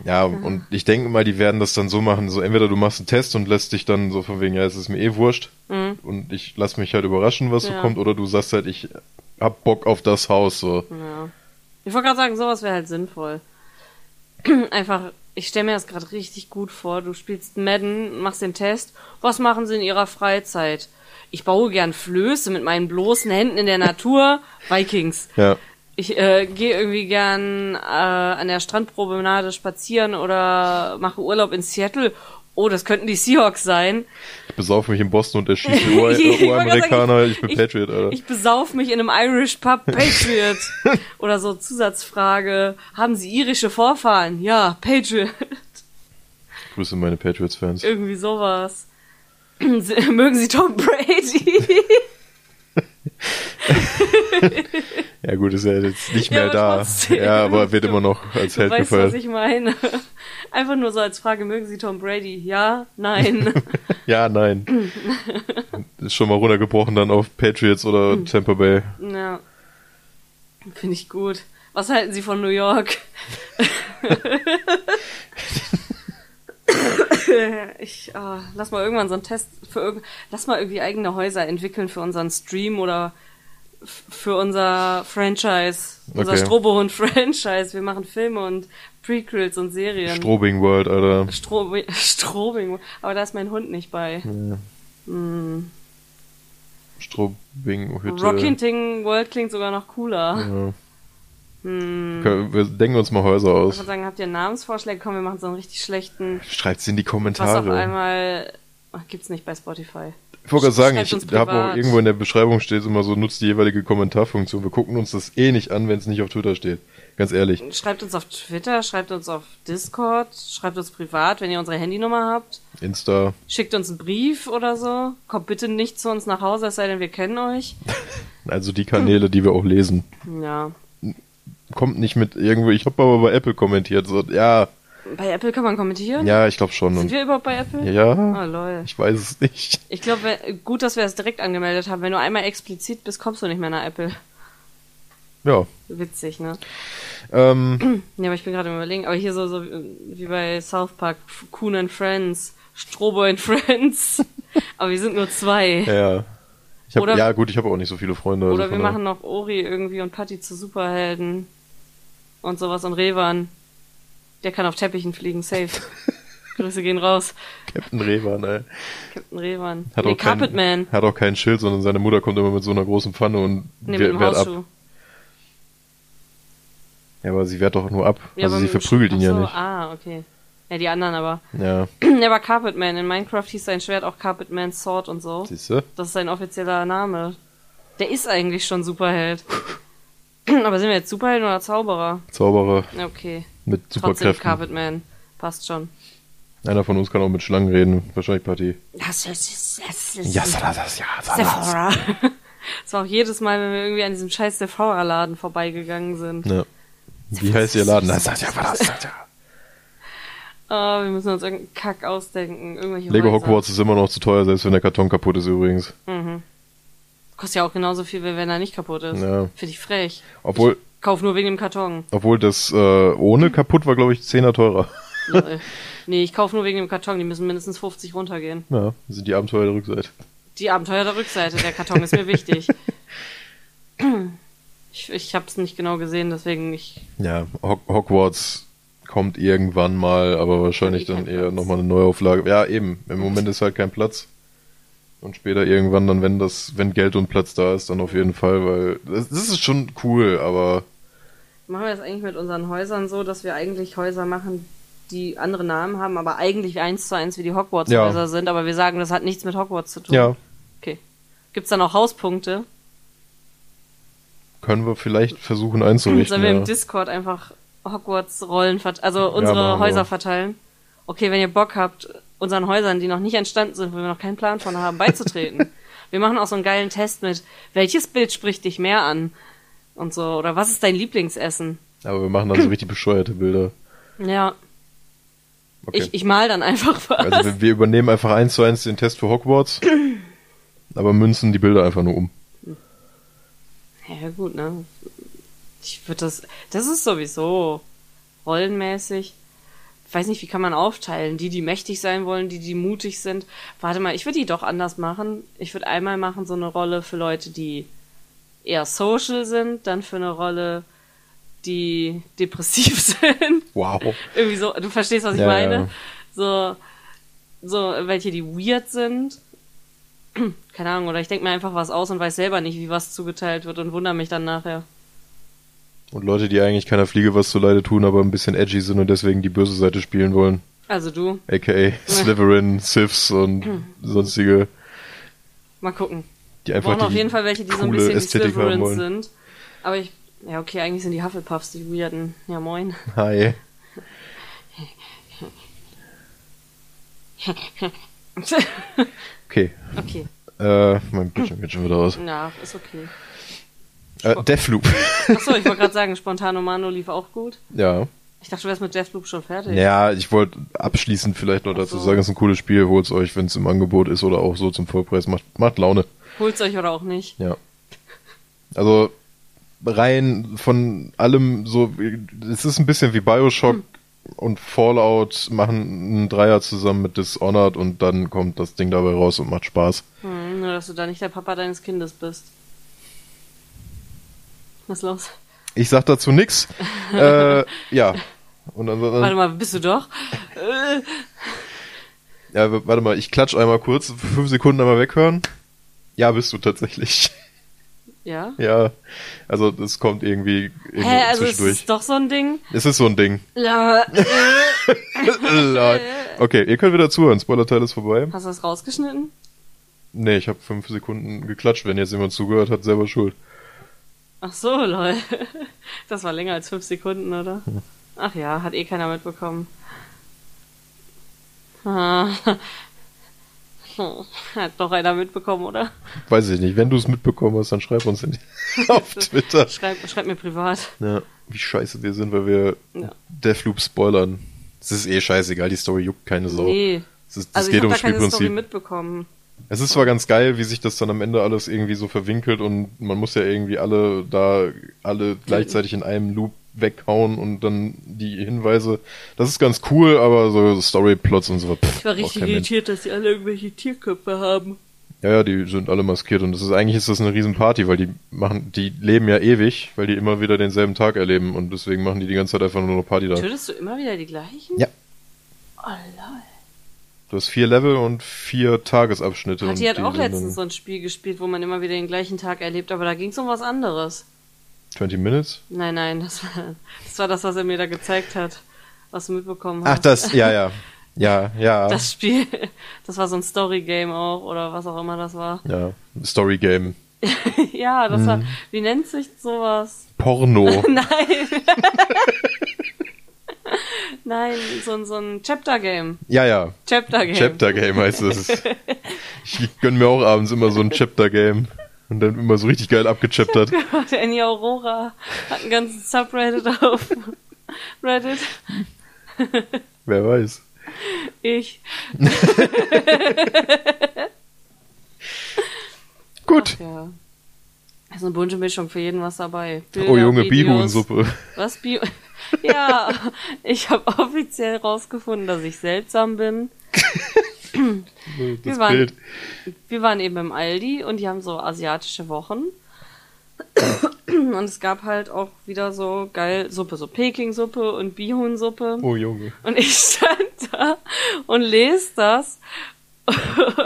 B: Ja, und ich denke mal, die werden das dann so machen, so entweder du machst einen Test und lässt dich dann so von wegen, ja, es ist mir eh wurscht und ich lass mich halt überraschen, was so
A: Mhm. Ja.
B: kommt, oder du sagst halt, ich hab Bock auf das Haus, so.
A: Ja. Ich wollte gerade sagen, sowas wäre halt sinnvoll. Einfach, ich stelle mir das gerade richtig gut vor. Du spielst Madden, machst den Test. Was machen sie in ihrer Freizeit? Ich baue gern Flöße mit meinen bloßen Händen in der Natur. Vikings.
B: Ja.
A: Ich äh, gehe irgendwie gern äh, an der Strandpromenade spazieren oder mache Urlaub in Seattle. Oh, das könnten die Seahawks sein.
B: Ich besaufe mich in Boston und erschieße Ur-
A: Ich wollte
B: Uramerikaner,
A: gerade
B: ich, bin
A: ich-
B: Patriot, Alter.
A: Ich besauf mich in einem Irish Pub Patriot. Oder so Zusatzfrage. Haben Sie irische Vorfahren? Ja, Patriot.
B: Grüße meine Patriots-Fans.
A: Irgendwie sowas. Mögen Sie Tom Brady?
B: Ja gut, ist ja jetzt nicht
A: Ja,
B: mehr
A: aber
B: da.
A: trotzdem.
B: Ja, aber wird immer noch als
A: Du
B: Held
A: weißt, was
B: gefeiert.
A: ich meine. Einfach nur so als Frage, mögen Sie Tom Brady? Ja, nein.
B: Ja, nein. ist schon mal runtergebrochen dann auf Patriots
A: Hm.
B: oder Tampa Bay.
A: ja. Finde ich gut. Was halten Sie von New York? ich ah, lass mal irgendwann so einen Test für irgend, lass mal irgendwie eigene Häuser entwickeln für unseren Stream oder f- für unser Franchise, unser
B: Okay.
A: Strobohund-Franchise. Wir machen Filme und Prequels und Serien.
B: Strobing World, Alter.
A: Strobi Strobing. Aber da ist mein Hund nicht bei.
B: Strobing
A: Hm,
B: Hütte.
A: Rockinting World klingt sogar noch cooler.
B: Ja.
A: Hm.
B: Können- Wir denken uns mal Häuser
A: Ich
B: aus.
A: würde sagen, habt ihr Namensvorschläge? Komm, wir machen so einen richtig schlechten,
B: Schreibt's in die
A: was auf
B: Kommentare.
A: einmal Ach, gibt's nicht bei Spotify.
B: Ich wollte gerade sagen,
A: Schreibt
B: ich
A: uns
B: habe auch
A: privat.
B: irgendwo in der Beschreibung steht immer so, nutzt die jeweilige Kommentarfunktion. Wir gucken uns das eh nicht an, wenn es nicht auf Twitter steht. Ganz ehrlich.
A: Schreibt uns auf Twitter, schreibt uns auf Discord, schreibt uns privat, wenn ihr unsere Handynummer habt.
B: Insta.
A: Schickt uns einen Brief oder so. Kommt bitte nicht zu uns nach Hause, es sei denn, wir kennen euch.
B: Also die Kanäle, die wir auch lesen.
A: Ja.
B: Kommt nicht mit irgendwo. Ich habe aber bei Apple kommentiert. So, ja,
A: Bei Apple kann man kommentieren?
B: ja, ich glaube schon.
A: Sind
B: Und,
A: wir überhaupt bei Apple?
B: ja,
A: Ah, lol.
B: ich weiß es nicht.
A: Ich glaube, gut, dass wir es direkt angemeldet haben. Wenn du einmal explizit bist, kommst du nicht mehr nach Apple.
B: Ja.
A: Witzig, ne?
B: Ähm,
A: Ja, aber ich bin gerade im überlegen, aber hier so, so wie bei South Park, Kuhn and Friends, Strohboy and Friends. aber wir sind nur zwei.
B: ja. Ich hab,
A: Oder-
B: ja, gut, ich habe auch nicht so viele Freunde. also
A: Oder wir
B: von daher-
A: machen noch Ori irgendwie und Patty zu Superhelden und sowas und Revan. Der kann auf Teppichen fliegen, safe. Grüße gehen raus.
B: Captain Revan, ey.
A: Captain Revan.
B: Hat,
A: nee,
B: auch kein,
A: Carpetman.
B: hat auch kein Schild, sondern seine Mutter kommt immer mit so einer großen Pfanne und
A: Nee, mit
B: wehr-
A: dem
B: wehrt ab.
A: Hausschuh.
B: Ja, aber sie wehrt doch nur ab. also
A: aber
B: sie
A: mit dem
B: verprügelt
A: Sch-
B: ihn ja
A: Ach so,
B: nicht.
A: Ah, okay. Ja, die anderen aber.
B: Ja,
A: Der war Carpetman. In Minecraft hieß sein Schwert auch Carpetman's Sword und so.
B: siehste.
A: Das ist sein offizieller Name. Der ist eigentlich schon Superheld. Aber sind wir jetzt Superhelden oder Zauberer?
B: Zauberer
A: Ja, Okay.
B: mit
A: Trotzdem
B: Superkräften.
A: Carpetman. Passt schon.
B: Einer von uns kann auch mit Schlangen reden. Wahrscheinlich Party.
A: Das ist, das ist,
B: Ja, das, das, ja, das.
A: Sephora. Das war auch jedes Mal, wenn wir irgendwie an diesem scheiß Sephora-Laden vorbeigegangen sind.
B: Ja. Wie heißt ihr Laden? Das, das, ja, das, das, ja.
A: Ah, wir müssen uns irgendeinen Kack ausdenken. Irgendwelche
B: Lego
A: Häuser.
B: Hogwarts ist immer noch zu teuer, selbst wenn der Karton kaputt ist übrigens.
A: Kostet ja auch genauso viel, wie wenn er nicht kaputt ist.
B: Ja.
A: Finde ich frech.
B: Obwohl,
A: Ich kauf nur wegen dem Karton.
B: obwohl das äh, ohne kaputt war, glaube ich, Zehner teurer.
A: Lol. Äh, nee, ich kauf nur wegen dem Karton. Die müssen mindestens 50 runtergehen.
B: Ja, das sind die Abenteuer der Rückseite.
A: Die Abenteuer der Rückseite. Der Karton ist mir wichtig. Ich, ich habe es nicht genau gesehen, deswegen ich.
B: Ja, Hog Hogwarts kommt irgendwann mal, aber wahrscheinlich
A: Ja, eh
B: dann
A: kein
B: eher
A: Platz.
B: nochmal eine Neuauflage. Ja, eben. Im Moment ist halt kein Platz. Und später irgendwann dann, wenn das, wenn Geld und Platz da ist, dann auf jeden Fall, weil das, das ist schon cool, aber
A: Machen wir das eigentlich mit unseren Häusern so, dass wir eigentlich Häuser machen, die andere Namen haben, aber eigentlich eins zu eins wie die Hogwarts-Häuser
B: Ja.
A: sind, aber wir sagen, das hat nichts mit Hogwarts zu tun.
B: ja,
A: Okay. Gibt's dann auch Hauspunkte?
B: können wir vielleicht versuchen
A: Sollen
B: einzurichten.
A: wir im
B: Ja.
A: Discord einfach Hogwarts-Rollen, vert- also unsere
B: machen wir.
A: Häuser verteilen? Okay, wenn ihr Bock habt, unseren Häusern, die noch nicht entstanden sind, wo wir noch keinen Plan von haben, beizutreten. wir machen auch so einen geilen Test mit, welches Bild spricht dich mehr an? Und so, oder was ist dein Lieblingsessen?
B: Aber wir machen dann so richtig bescheuerte Bilder.
A: Ja,
B: Okay.
A: ich, ich mal dann einfach was.
B: also wir, wir übernehmen einfach eins zu eins den Test für Hogwarts, aber münzen die Bilder einfach nur um.
A: Ja, gut, ne? Ich würde das. Das ist sowieso rollenmäßig. Ich weiß nicht, wie kann man aufteilen? Die, die mächtig sein wollen, die, die mutig sind. Warte mal, ich würde die doch anders machen. Ich würde einmal machen so eine Rolle für Leute, die eher social sind, dann für eine Rolle, die depressiv sind.
B: Wow.
A: Irgendwie so, du verstehst, was ich
B: Ja, ja.
A: meine? So, so, welche, die weird sind. Keine Ahnung, oder ich denke mir einfach was aus und weiß selber nicht, wie was zugeteilt wird und wundere mich dann nachher.
B: Und Leute, die eigentlich keiner Fliege was zuleide tun, aber ein bisschen edgy sind und deswegen die böse Seite spielen wollen.
A: Also du,
B: AKA Slytherin, Siths und sonstige,
A: mal gucken. Hm.
B: die
A: Wir
B: einfach
A: brauchen
B: die
A: auf jeden Fall welche, die so ein
B: coole
A: bisschen die
B: Ästhetik haben
A: Slytherins
B: wollen.
A: sind. Aber ich, ja okay, eigentlich sind die Hufflepuffs die weirden. Ja moin.
B: Hi. Okay.
A: okay,
B: Äh, mein Bildschirm geht schon wieder aus.
A: na, ist okay. Hm.
B: Äh, Deathloop.
A: Achso, ich wollte gerade sagen, Spontanomano lief auch gut.
B: ja.
A: Ich dachte, du wärst mit Deathloop schon fertig.
B: Ja, ich wollte abschließend vielleicht noch dazu
A: so.
B: sagen, es ist ein cooles Spiel, holt's euch, wenn es im Angebot ist oder auch so zum Vollpreis. Macht, macht Laune.
A: Holt's euch oder auch nicht.
B: Ja. Also rein von allem so, es ist ein bisschen wie Bioshock und Fallout machen einen Dreier zusammen mit Dishonored und dann kommt das Ding dabei raus und macht Spaß.
A: Hm, nur, dass du da nicht der Papa deines Kindes bist. Was ist los?
B: Ich sag dazu nix. äh, ja. Und ansonsten,
A: Warte mal, bist du doch? Äh,
B: ja, w- warte mal, ich klatsch einmal kurz, für fünf Sekunden einmal weghören. Ja, bist du tatsächlich.
A: ja?
B: ja. Also das kommt irgendwie, irgendwie
A: Hä, also ist
B: zwischendurch.
A: es doch so ein Ding?
B: es ist so ein Ding.
A: Ja,
B: Lol. okay, ihr könnt wieder zuhören. Spoilerteil ist vorbei.
A: Hast du das rausgeschnitten?
B: Nee, ich habe fünf Sekunden geklatscht. Wenn jetzt jemand zugehört hat, selber schuld.
A: Ach so, lol. Das war länger als fünf Sekunden, oder?
B: Hm.
A: Ach ja, hat eh keiner mitbekommen. Ah. Hm, Hat doch einer mitbekommen, oder?
B: Weiß ich nicht. Wenn du es mitbekommen hast, dann schreib uns in auf Twitter.
A: Schreib, schreib mir privat.
B: Ja, wie scheiße wir sind, weil wir
A: Ja.
B: Deathloop spoilern. Es ist eh scheißegal, die Story juckt keine Sau.
A: Nee.
B: Es ist, das
A: Also ich
B: geht
A: habe
B: ums
A: da keine Story
B: Spielprinzip.
A: mitbekommen.
B: Es ist zwar ganz geil, wie sich das dann am Ende alles irgendwie so verwinkelt und man muss ja irgendwie alle da, alle gleichzeitig in einem Loop weghauen und dann die Hinweise. Das ist ganz cool, aber so Storyplots und so. Pff,
A: Ich war
B: braucht
A: richtig
B: kein Mensch.
A: irritiert, dass die alle irgendwelche Tierköpfe haben.
B: Ja, ja, die sind alle maskiert und das ist eigentlich ist das eine Riesenparty, weil die machen, die leben ja ewig, weil die immer wieder denselben Tag erleben und deswegen machen die die ganze Zeit einfach nur eine Party da.
A: Tötest du immer wieder die gleichen?
B: Ja.
A: Oh lol.
B: Du hast vier Level und vier Tagesabschnitte. und
A: Hat die hat auch
B: sind dann
A: letztens so ein Spiel gespielt, wo man immer wieder den gleichen Tag erlebt, aber da ging es um was anderes.
B: 20 Minutes?
A: Nein, nein, das war das, war das was er mir da gezeigt hat, was du mitbekommen
B: Ach,
A: hast.
B: das, ja, ja. Ja, ja.
A: Das Spiel, das war so ein Story-Game auch, oder was auch immer das war.
B: ja. Story Game.
A: ja, das
B: Mhm.
A: war, wie nennt sich sowas?
B: Porno.
A: Nein. Nein, so, ein- so ein Chapter-Game.
B: ja, ja.
A: Chapter-Game.
B: Chapter Game heißt das. Ich gönn mir auch abends immer so ein Chapter Game. Und dann immer so richtig geil abgechaptert.
A: Und Annie Aurora hat einen ganzen Subreddit auf Reddit.
B: Wer weiß.
A: Ich.
B: Gut.
A: Ja. Das ist also eine bunte Mischung für jeden was dabei.
B: oh Junge,
A: Videos.
B: Bihuhnsuppe.
A: Was Bio? ja, ich habe offiziell rausgefunden, dass ich seltsam bin.
B: Hm, Das
A: waren-
B: Bild.
A: Wir waren eben im Aldi und die haben so asiatische Wochen. Und es gab halt auch wieder so geil Suppe, so Peking-Suppe und Bihun-Suppe.
B: Oh Junge.
A: Und ich stand da und lese das.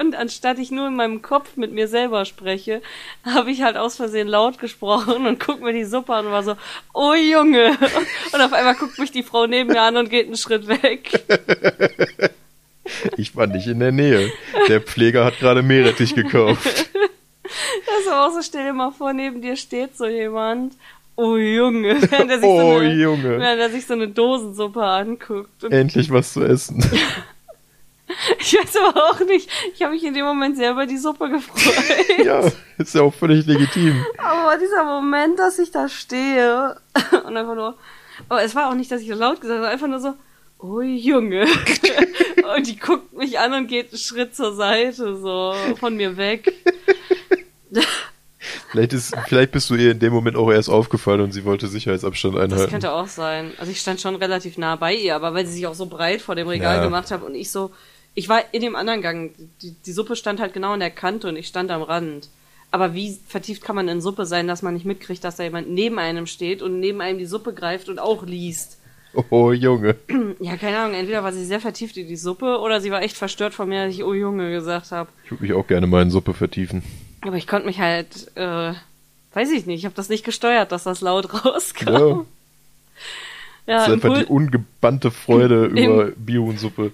A: Und anstatt ich nur in meinem Kopf mit mir selber spreche, habe ich halt aus Versehen laut gesprochen und guck mir die Suppe an und war so, oh Junge. Und auf einmal guckt mich die Frau neben mir an und geht einen Schritt weg.
B: Ich war nicht in der Nähe. Der Pfleger hat gerade Meerrettich gekauft.
A: Das ist aber auch so, stell dir mal vor, neben dir steht so jemand, oh Junge. Während er sich, so,
B: Oh
A: eine,
B: Junge.
A: Während er sich so eine Dosensuppe anguckt. Und
B: Endlich was zu essen.
A: ich weiß aber auch nicht, ich habe mich in dem Moment selber die Suppe gefreut.
B: Ja, ist ja auch völlig legitim.
A: Aber dieser Moment, dass ich da stehe und einfach nur, aber es war auch nicht, dass ich so laut gesagt habe, einfach nur so, oh Junge. und die guckt mich an und geht einen Schritt zur Seite, so von mir weg.
B: Vielleicht, ist, vielleicht bist du ihr in dem Moment auch erst aufgefallen und sie wollte Sicherheitsabstand
A: Das
B: einhalten.
A: könnte auch sein. Also ich stand schon relativ nah bei ihr, aber weil sie sich auch so breit vor dem Regal
B: Ja.
A: gemacht hat und ich so, ich war in dem anderen Gang, die, die Suppe stand halt genau an der Kante und ich stand am Rand. Aber wie vertieft kann man in Suppe sein, dass man nicht mitkriegt, dass da jemand neben einem steht und neben einem die Suppe greift und auch liest?
B: Oh Junge.
A: Ja, keine Ahnung, entweder war sie sehr vertieft in die Suppe oder sie war echt verstört von mir, dass ich Oh Junge gesagt habe.
B: Ich würde mich auch gerne mal in Suppe vertiefen.
A: Aber ich konnte mich halt, äh, weiß ich nicht, ich habe das nicht gesteuert, dass das laut rauskam.
B: Ja,
A: ja
B: das ist einfach die
A: Impul
B: ungebannte Freude über Bihunsuppe.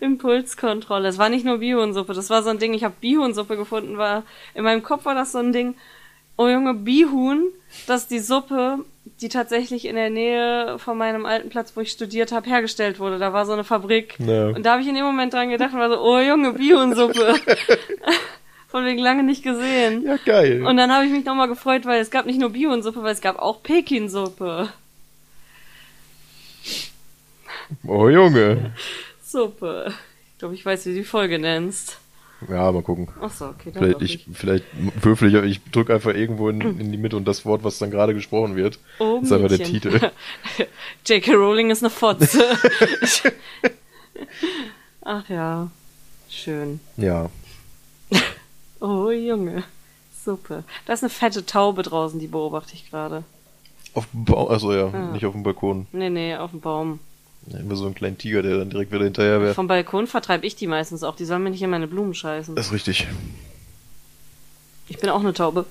A: Impulskontrolle. Es war nicht nur Bihunsuppe, das war so ein Ding, ich habe Bihunsuppe gefunden, war in meinem Kopf war das so ein Ding, Oh Junge, Bihun, das ist die Suppe, die tatsächlich in der Nähe von meinem alten Platz, wo ich studiert habe, hergestellt wurde. Da war so eine Fabrik.
B: Ja.
A: Und da habe ich in dem Moment dran gedacht und war so, oh Junge, Bihunsuppe. Von wegen lange nicht gesehen.
B: Ja, geil.
A: Und dann habe ich mich nochmal gefreut, weil es gab nicht nur Bihunsuppe, weil es gab auch Pekinsuppe.
B: oh Junge.
A: Suppe. Ich glaube, ich weiß, wie du die Folge nennst.
B: Ja, mal gucken.
A: Ach so, okay, dann
B: Vielleicht,
A: doch
B: ich,
A: nicht.
B: vielleicht würfel ich, ich drücke einfach irgendwo in, in die Mitte und das Wort, was dann gerade gesprochen wird,
A: Oh,
B: ist einfach der
A: Mädchen.
B: Titel.
A: J.K. Rowling ist eine Fotze. Ach ja, schön.
B: Ja.
A: Oh Junge, Suppe. Da ist eine fette Taube draußen, die beobachte ich gerade.
B: Auf dem Baum, also ja,
A: Ah.
B: nicht auf dem Balkon.
A: Nee, nee, auf dem Baum.
B: Ja, Immer so einen kleinen Tiger, der dann direkt wieder hinterher wäre.
A: Vom Balkon vertreibe ich die meistens auch. Die sollen mir nicht in meine Blumen scheißen.
B: Das ist richtig.
A: Ich bin auch eine Taube.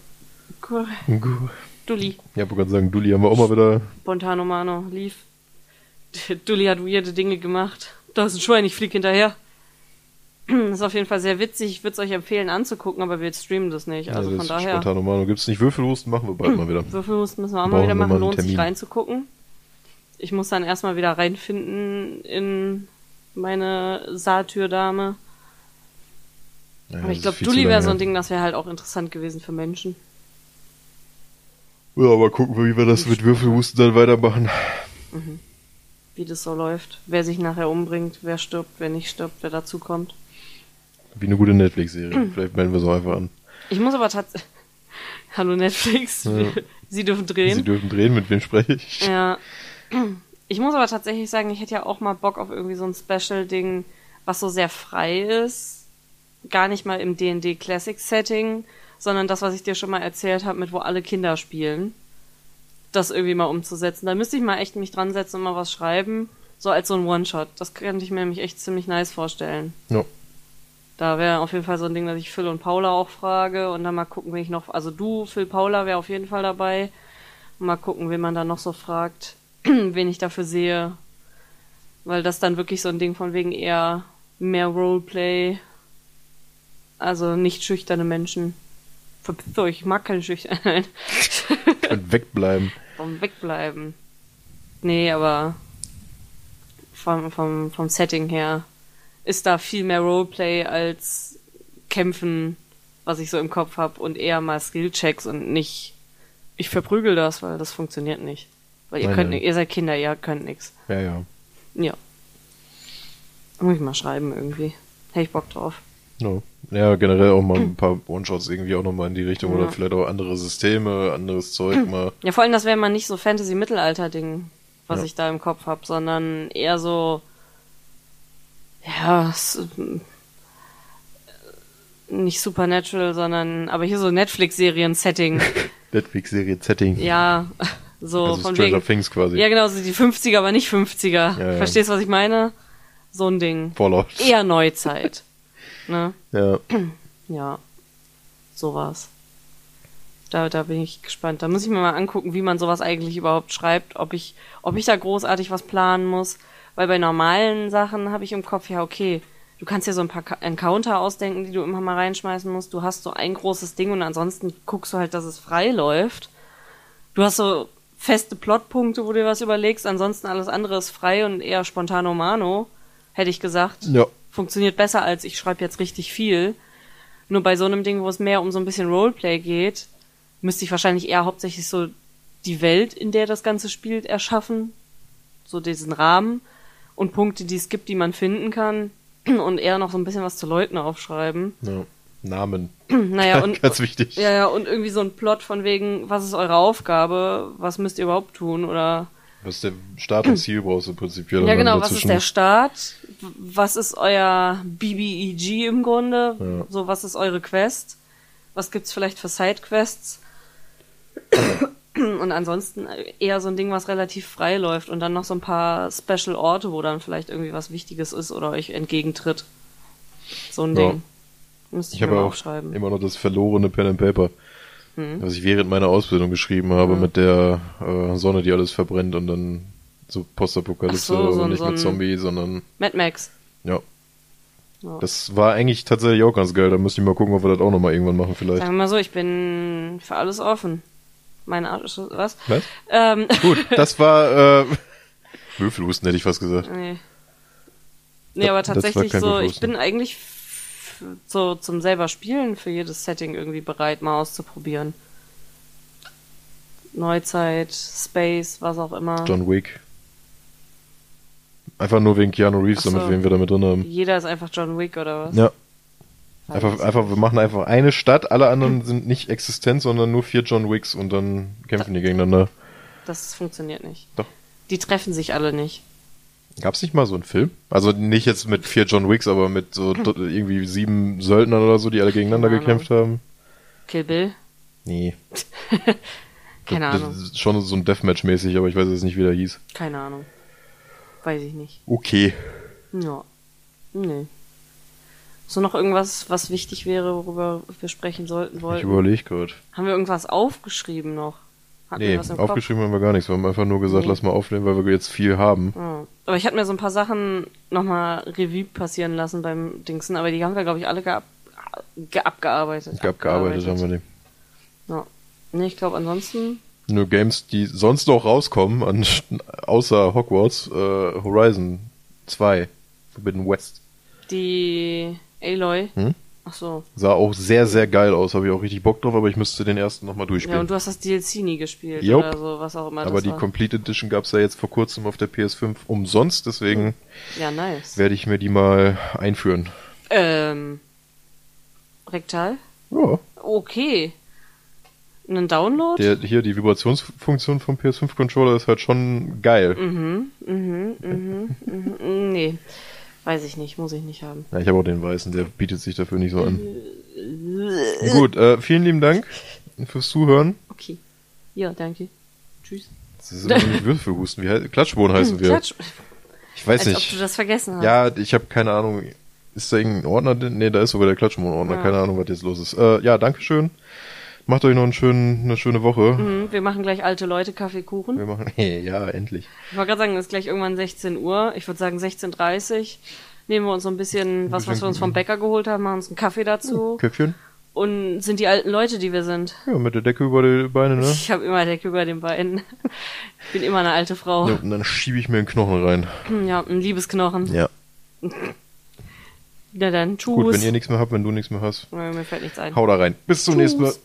A: Cool.
B: Gu-
A: Dulli.
B: Ja, wollte gerade sagen, Dulli haben wir auch mal wieder.
A: Bontano Mano lief. Dulli hat weirde Dinge gemacht. Da ist ein Schwein, ich flieg hinterher. Ist auf jeden Fall sehr witzig. Ich würde es euch empfehlen anzugucken, aber wir streamen das nicht. Also
B: ja,
A: von
B: das
A: daher.
B: Spontan Romano gibt's nicht. Würfelhusten machen wir bald mal wieder.
A: Würfelhusten müssen wir auch mal
B: Brauchen
A: wieder
B: wir mal
A: machen,
B: einen
A: lohnt sich
B: Termin.
A: reinzugucken. Ich muss dann erstmal wieder reinfinden in meine Saartürdame. Aber
B: Ja, das
A: ich
B: ist
A: glaube,
B: viel zu
A: Dulli
B: lange
A: wäre so
B: her.
A: ein Ding, das wäre halt auch interessant gewesen für Menschen.
B: Ja, mal gucken, wie wir das mit Würfelhusten dann weitermachen.
A: Wie das so läuft. Wer sich nachher umbringt, wer stirbt, wer nicht stirbt, wer dazukommt.
B: Wie eine gute
A: Mhm.
B: Netflix-Serie. Vielleicht melden wir es auch einfach an.
A: Ich muss aber tatsächlich. Hallo Netflix, Sie dürfen drehen.
B: Sie dürfen drehen, mit wem spreche ich.
A: ja. Ich muss aber tatsächlich sagen, ich hätte ja auch mal Bock auf irgendwie so ein Special-Ding, was so sehr frei ist. Gar nicht mal im DD Classic-Setting, sondern das, was ich dir schon mal erzählt habe, mit wo alle Kinder spielen. Das irgendwie mal umzusetzen. Da müsste ich mal echt mich dran setzen und mal was schreiben. So als so ein One-Shot. Das könnte ich mir nämlich echt ziemlich nice vorstellen.
B: Ja.
A: Da wäre auf jeden Fall so ein Ding, dass ich Phil und Paula auch frage und dann mal gucken, wen ich noch. Also du, Phil, Paula wäre auf jeden Fall dabei. Mal gucken, wen man da noch so fragt, wen ich dafür sehe. Weil das dann wirklich so ein Ding von wegen eher mehr Roleplay. Also nicht schüchterne Menschen. Verpisst euch, ich mag keine Schüchternheit.
B: Und wegbleiben.
A: Vom Wegbleiben. Nee, aber vom, vom, vom Setting her ist da viel mehr Roleplay als Kämpfen, was ich so im Kopf habe und eher mal Skillchecks und nicht ich verprügel das, weil das funktioniert nicht. Weil ihr
B: Nein,
A: könnt
B: nein.
A: ni- ihr seid Kinder, ihr könnt nix.
B: Ja, ja.
A: Ja. Muss ich mal schreiben irgendwie. Hätte ich Bock drauf.
B: No. Ja, generell auch mal ein paar One-Shots irgendwie auch nochmal in die Richtung oder vielleicht auch andere Systeme, anderes Zeug mal.
A: Ja, vor allem, das wäre mal nicht so Fantasy-Mittelalter-Ding, was
B: Ja.
A: ich da im Kopf habe, sondern eher so. Ja, s- äh, nicht Supernatural, sondern. Aber hier so Netflix-Serien-Setting.
B: Netflix-Serie Setting.
A: ja, so
B: also
A: von
B: Stranger
A: wegen.
B: Things quasi.
A: Ja, genau, so die 50er, aber nicht 50er.
B: Ja, ja.
A: Verstehst du, was ich meine? So ein Ding.
B: Fallout.
A: Eher Neuzeit. ne?
B: Ja.
A: Ja, sowas. Da, da bin ich gespannt. Da muss ich mir mal angucken, wie man sowas eigentlich überhaupt schreibt, ob ich, ob ich da großartig was planen muss. Weil bei normalen Sachen habe ich im Kopf, ja, okay, du kannst dir so ein paar Ka- Encounter ausdenken, die du immer mal reinschmeißen musst. Du hast so ein großes Ding und ansonsten guckst du halt, dass es frei läuft. Du hast so feste Plotpunkte, wo du dir was überlegst. Ansonsten alles andere ist frei und eher spontano mano, hätte ich gesagt
B: Ja.
A: funktioniert besser als ich schreibe jetzt richtig viel. Nur bei so einem Ding, wo es mehr um so ein bisschen Roleplay geht, müsste ich wahrscheinlich eher hauptsächlich so die Welt, in der das Ganze spielt, erschaffen. So diesen Rahmen und Punkte, die es gibt, die man finden kann. Und eher noch so ein bisschen was zu Leuten aufschreiben.
B: ja. Namen.
A: Naja, und,
B: Ganz wichtig.
A: ja, ja, und irgendwie so ein Plot von wegen, was ist eure Aufgabe? Was müsst ihr überhaupt tun? Oder
B: Was der Start und Ziel brauchst du prinzipiell. und
A: Ja,
B: dann
A: genau, was ist
B: dazwischen-
A: der Start? W- Was ist euer BBEG im Grunde?
B: Ja.
A: So, was ist eure Quest? Was gibt's vielleicht für Sidequests? Und ansonsten eher so ein Ding, was relativ frei läuft und dann noch so ein paar Special Orte, wo dann vielleicht irgendwie was Wichtiges ist oder euch entgegentritt. So ein
B: Ja.
A: Ding. Müsste ich,
B: Ich
A: mir
B: habe
A: mal
B: auch
A: aufschreiben.
B: immer noch das verlorene Pen and Paper,
A: Mhm.
B: was ich während meiner Ausbildung geschrieben habe mit der äh, Sonne, die alles verbrennt und dann so Postapokalypse
A: Ach so, so
B: und
A: ein-
B: nicht
A: so
B: mit
A: ein-
B: Zombie, sondern
A: Mad Max.
B: ja.
A: Ja.
B: Das war eigentlich tatsächlich auch ganz geil. Da müsste ich mal gucken, ob wir das auch nochmal irgendwann machen vielleicht.
A: Sagen wir mal so, ich bin für alles offen. Mein Arsch, ist- was?
B: Was?
A: Ähm,
B: Gut, das war äh, Würfelhusten, hätte ich fast gesagt.
A: Nee.
B: Das-
A: Nee, aber
B: das war
A: tatsächlich
B: kein
A: so,
B: Bewusstsein.
A: ich bin eigentlich f- so zum selber Spielen für jedes Setting irgendwie bereit, mal auszuprobieren. Neuzeit, Space, was auch immer.
B: John Wick. Einfach nur wegen Keanu Reeves,
A: Ach so.
B: damit wen wir da mit drin haben.
A: Jeder ist einfach John Wick oder was? Also,
B: Ja. Einfach, einfach, wir machen einfach eine Stadt, alle
A: Mhm.
B: anderen sind nicht existent, sondern nur vier John Wicks und dann kämpfen die gegeneinander.
A: Das funktioniert nicht.
B: Doch.
A: Die treffen sich alle nicht.
B: Gab's nicht mal so einen Film? Also nicht jetzt mit vier John Wicks, aber mit so do- irgendwie sieben Söldnern oder so, die alle gegeneinander
A: Mhm. Keine Ahnung.
B: gekämpft haben?
A: Kill Bill?
B: Nee.
A: Keine
B: das,
A: Ahnung.
B: Das ist schon so ein Deathmatch-mäßig, aber ich weiß jetzt nicht, wie der hieß.
A: Keine Ahnung. Weiß ich nicht.
B: Okay.
A: Ja. Nee. So noch irgendwas, was wichtig wäre, worüber wir sprechen sollten,
B: Ich
A: wollten?
B: überlege gerade.
A: Haben wir irgendwas aufgeschrieben noch? Hatten
B: Nee,
A: wir was im Kopf?
B: aufgeschrieben haben wir gar nichts. Wir haben einfach nur gesagt, lass mal aufnehmen, weil wir jetzt viel haben.
A: Ja. Ah. Aber ich hatte mir so ein paar Sachen nochmal Revue passieren lassen beim Dingsen, aber die haben wir, glaube ich, alle geab ge abgearbeitet.
B: Abgearbeitet haben wir nicht.
A: Ja. Nee, ich glaube, ansonsten.
B: Nur Games, die sonst noch rauskommen, an, außer Hogwarts, äh, Horizon 2, Forbidden West.
A: Die Aloy.
B: Hm?
A: Ach so.
B: Sah auch sehr, sehr geil aus, habe ich auch richtig Bock drauf, aber ich müsste den ersten nochmal
A: Ja, und
B: durchspielen.
A: du hast das DLC nie gespielt
B: Jupp.
A: oder so, was auch immer
B: aber
A: das
B: die
A: war.
B: Complete Edition gab's ja jetzt vor kurzem auf der PS5 umsonst, deswegen
A: ja, nice.
B: werde ich mir die mal einführen.
A: Ähm. Rektal?
B: Ja,
A: Okay. Einen Download?
B: der, hier die Vibrationsfunktion vom PS5-Controller ist halt schon geil.
A: nee. Weiß ich nicht, muss ich nicht haben.
B: Ja, ich habe auch den weißen, der bietet sich dafür nicht so an. Gut, äh, vielen lieben Dank fürs Zuhören.
A: Okay. Ja, danke. Tschüss. Hm,
B: Das ist immer nicht Würfelhusten. Wie heißt, Klatschbohnen heißen Also wir.
A: Klatsch.
B: Ich weiß
A: Als ob du
B: nicht.
A: das vergessen hast.
B: Ja, ich habe keine Ahnung. Ist da irgendein Ordner? drin? Nee, da ist sogar der Klatschbohnen-Ordner.
A: Ja.
B: Keine Ahnung, was jetzt los ist. Äh, ja, Dankeschön. Macht euch noch einen schönen, eine schöne Woche.
A: Mhm, Wir machen gleich alte Leute Kaffeekuchen.
B: Wir machen. Hey, ja, endlich.
A: Ich wollte gerade sagen, es ist gleich irgendwann 16 Uhr. Ich würde sagen 16.30 Uhr. Nehmen wir uns so ein bisschen was, was wir uns vom Bäcker geholt haben, machen uns einen Kaffee dazu
B: Köpfchen?
A: und sind die alten Leute, die wir sind.
B: Ja, mit der Decke über die Beine, ne?
A: Ich habe immer Decke über den Beinen. Ich bin immer eine alte Frau.
B: Ja,
A: Ja,
B: und dann schiebe ich mir einen Knochen rein.
A: ein Liebesknochen.
B: Ja.
A: Na dann, tschüss.
B: Gut, wenn ihr nichts mehr habt, wenn du nichts mehr hast,
A: Mir fällt nichts ein.
B: hau da rein. Bis zum nächsten Mal.
A: Tschüss.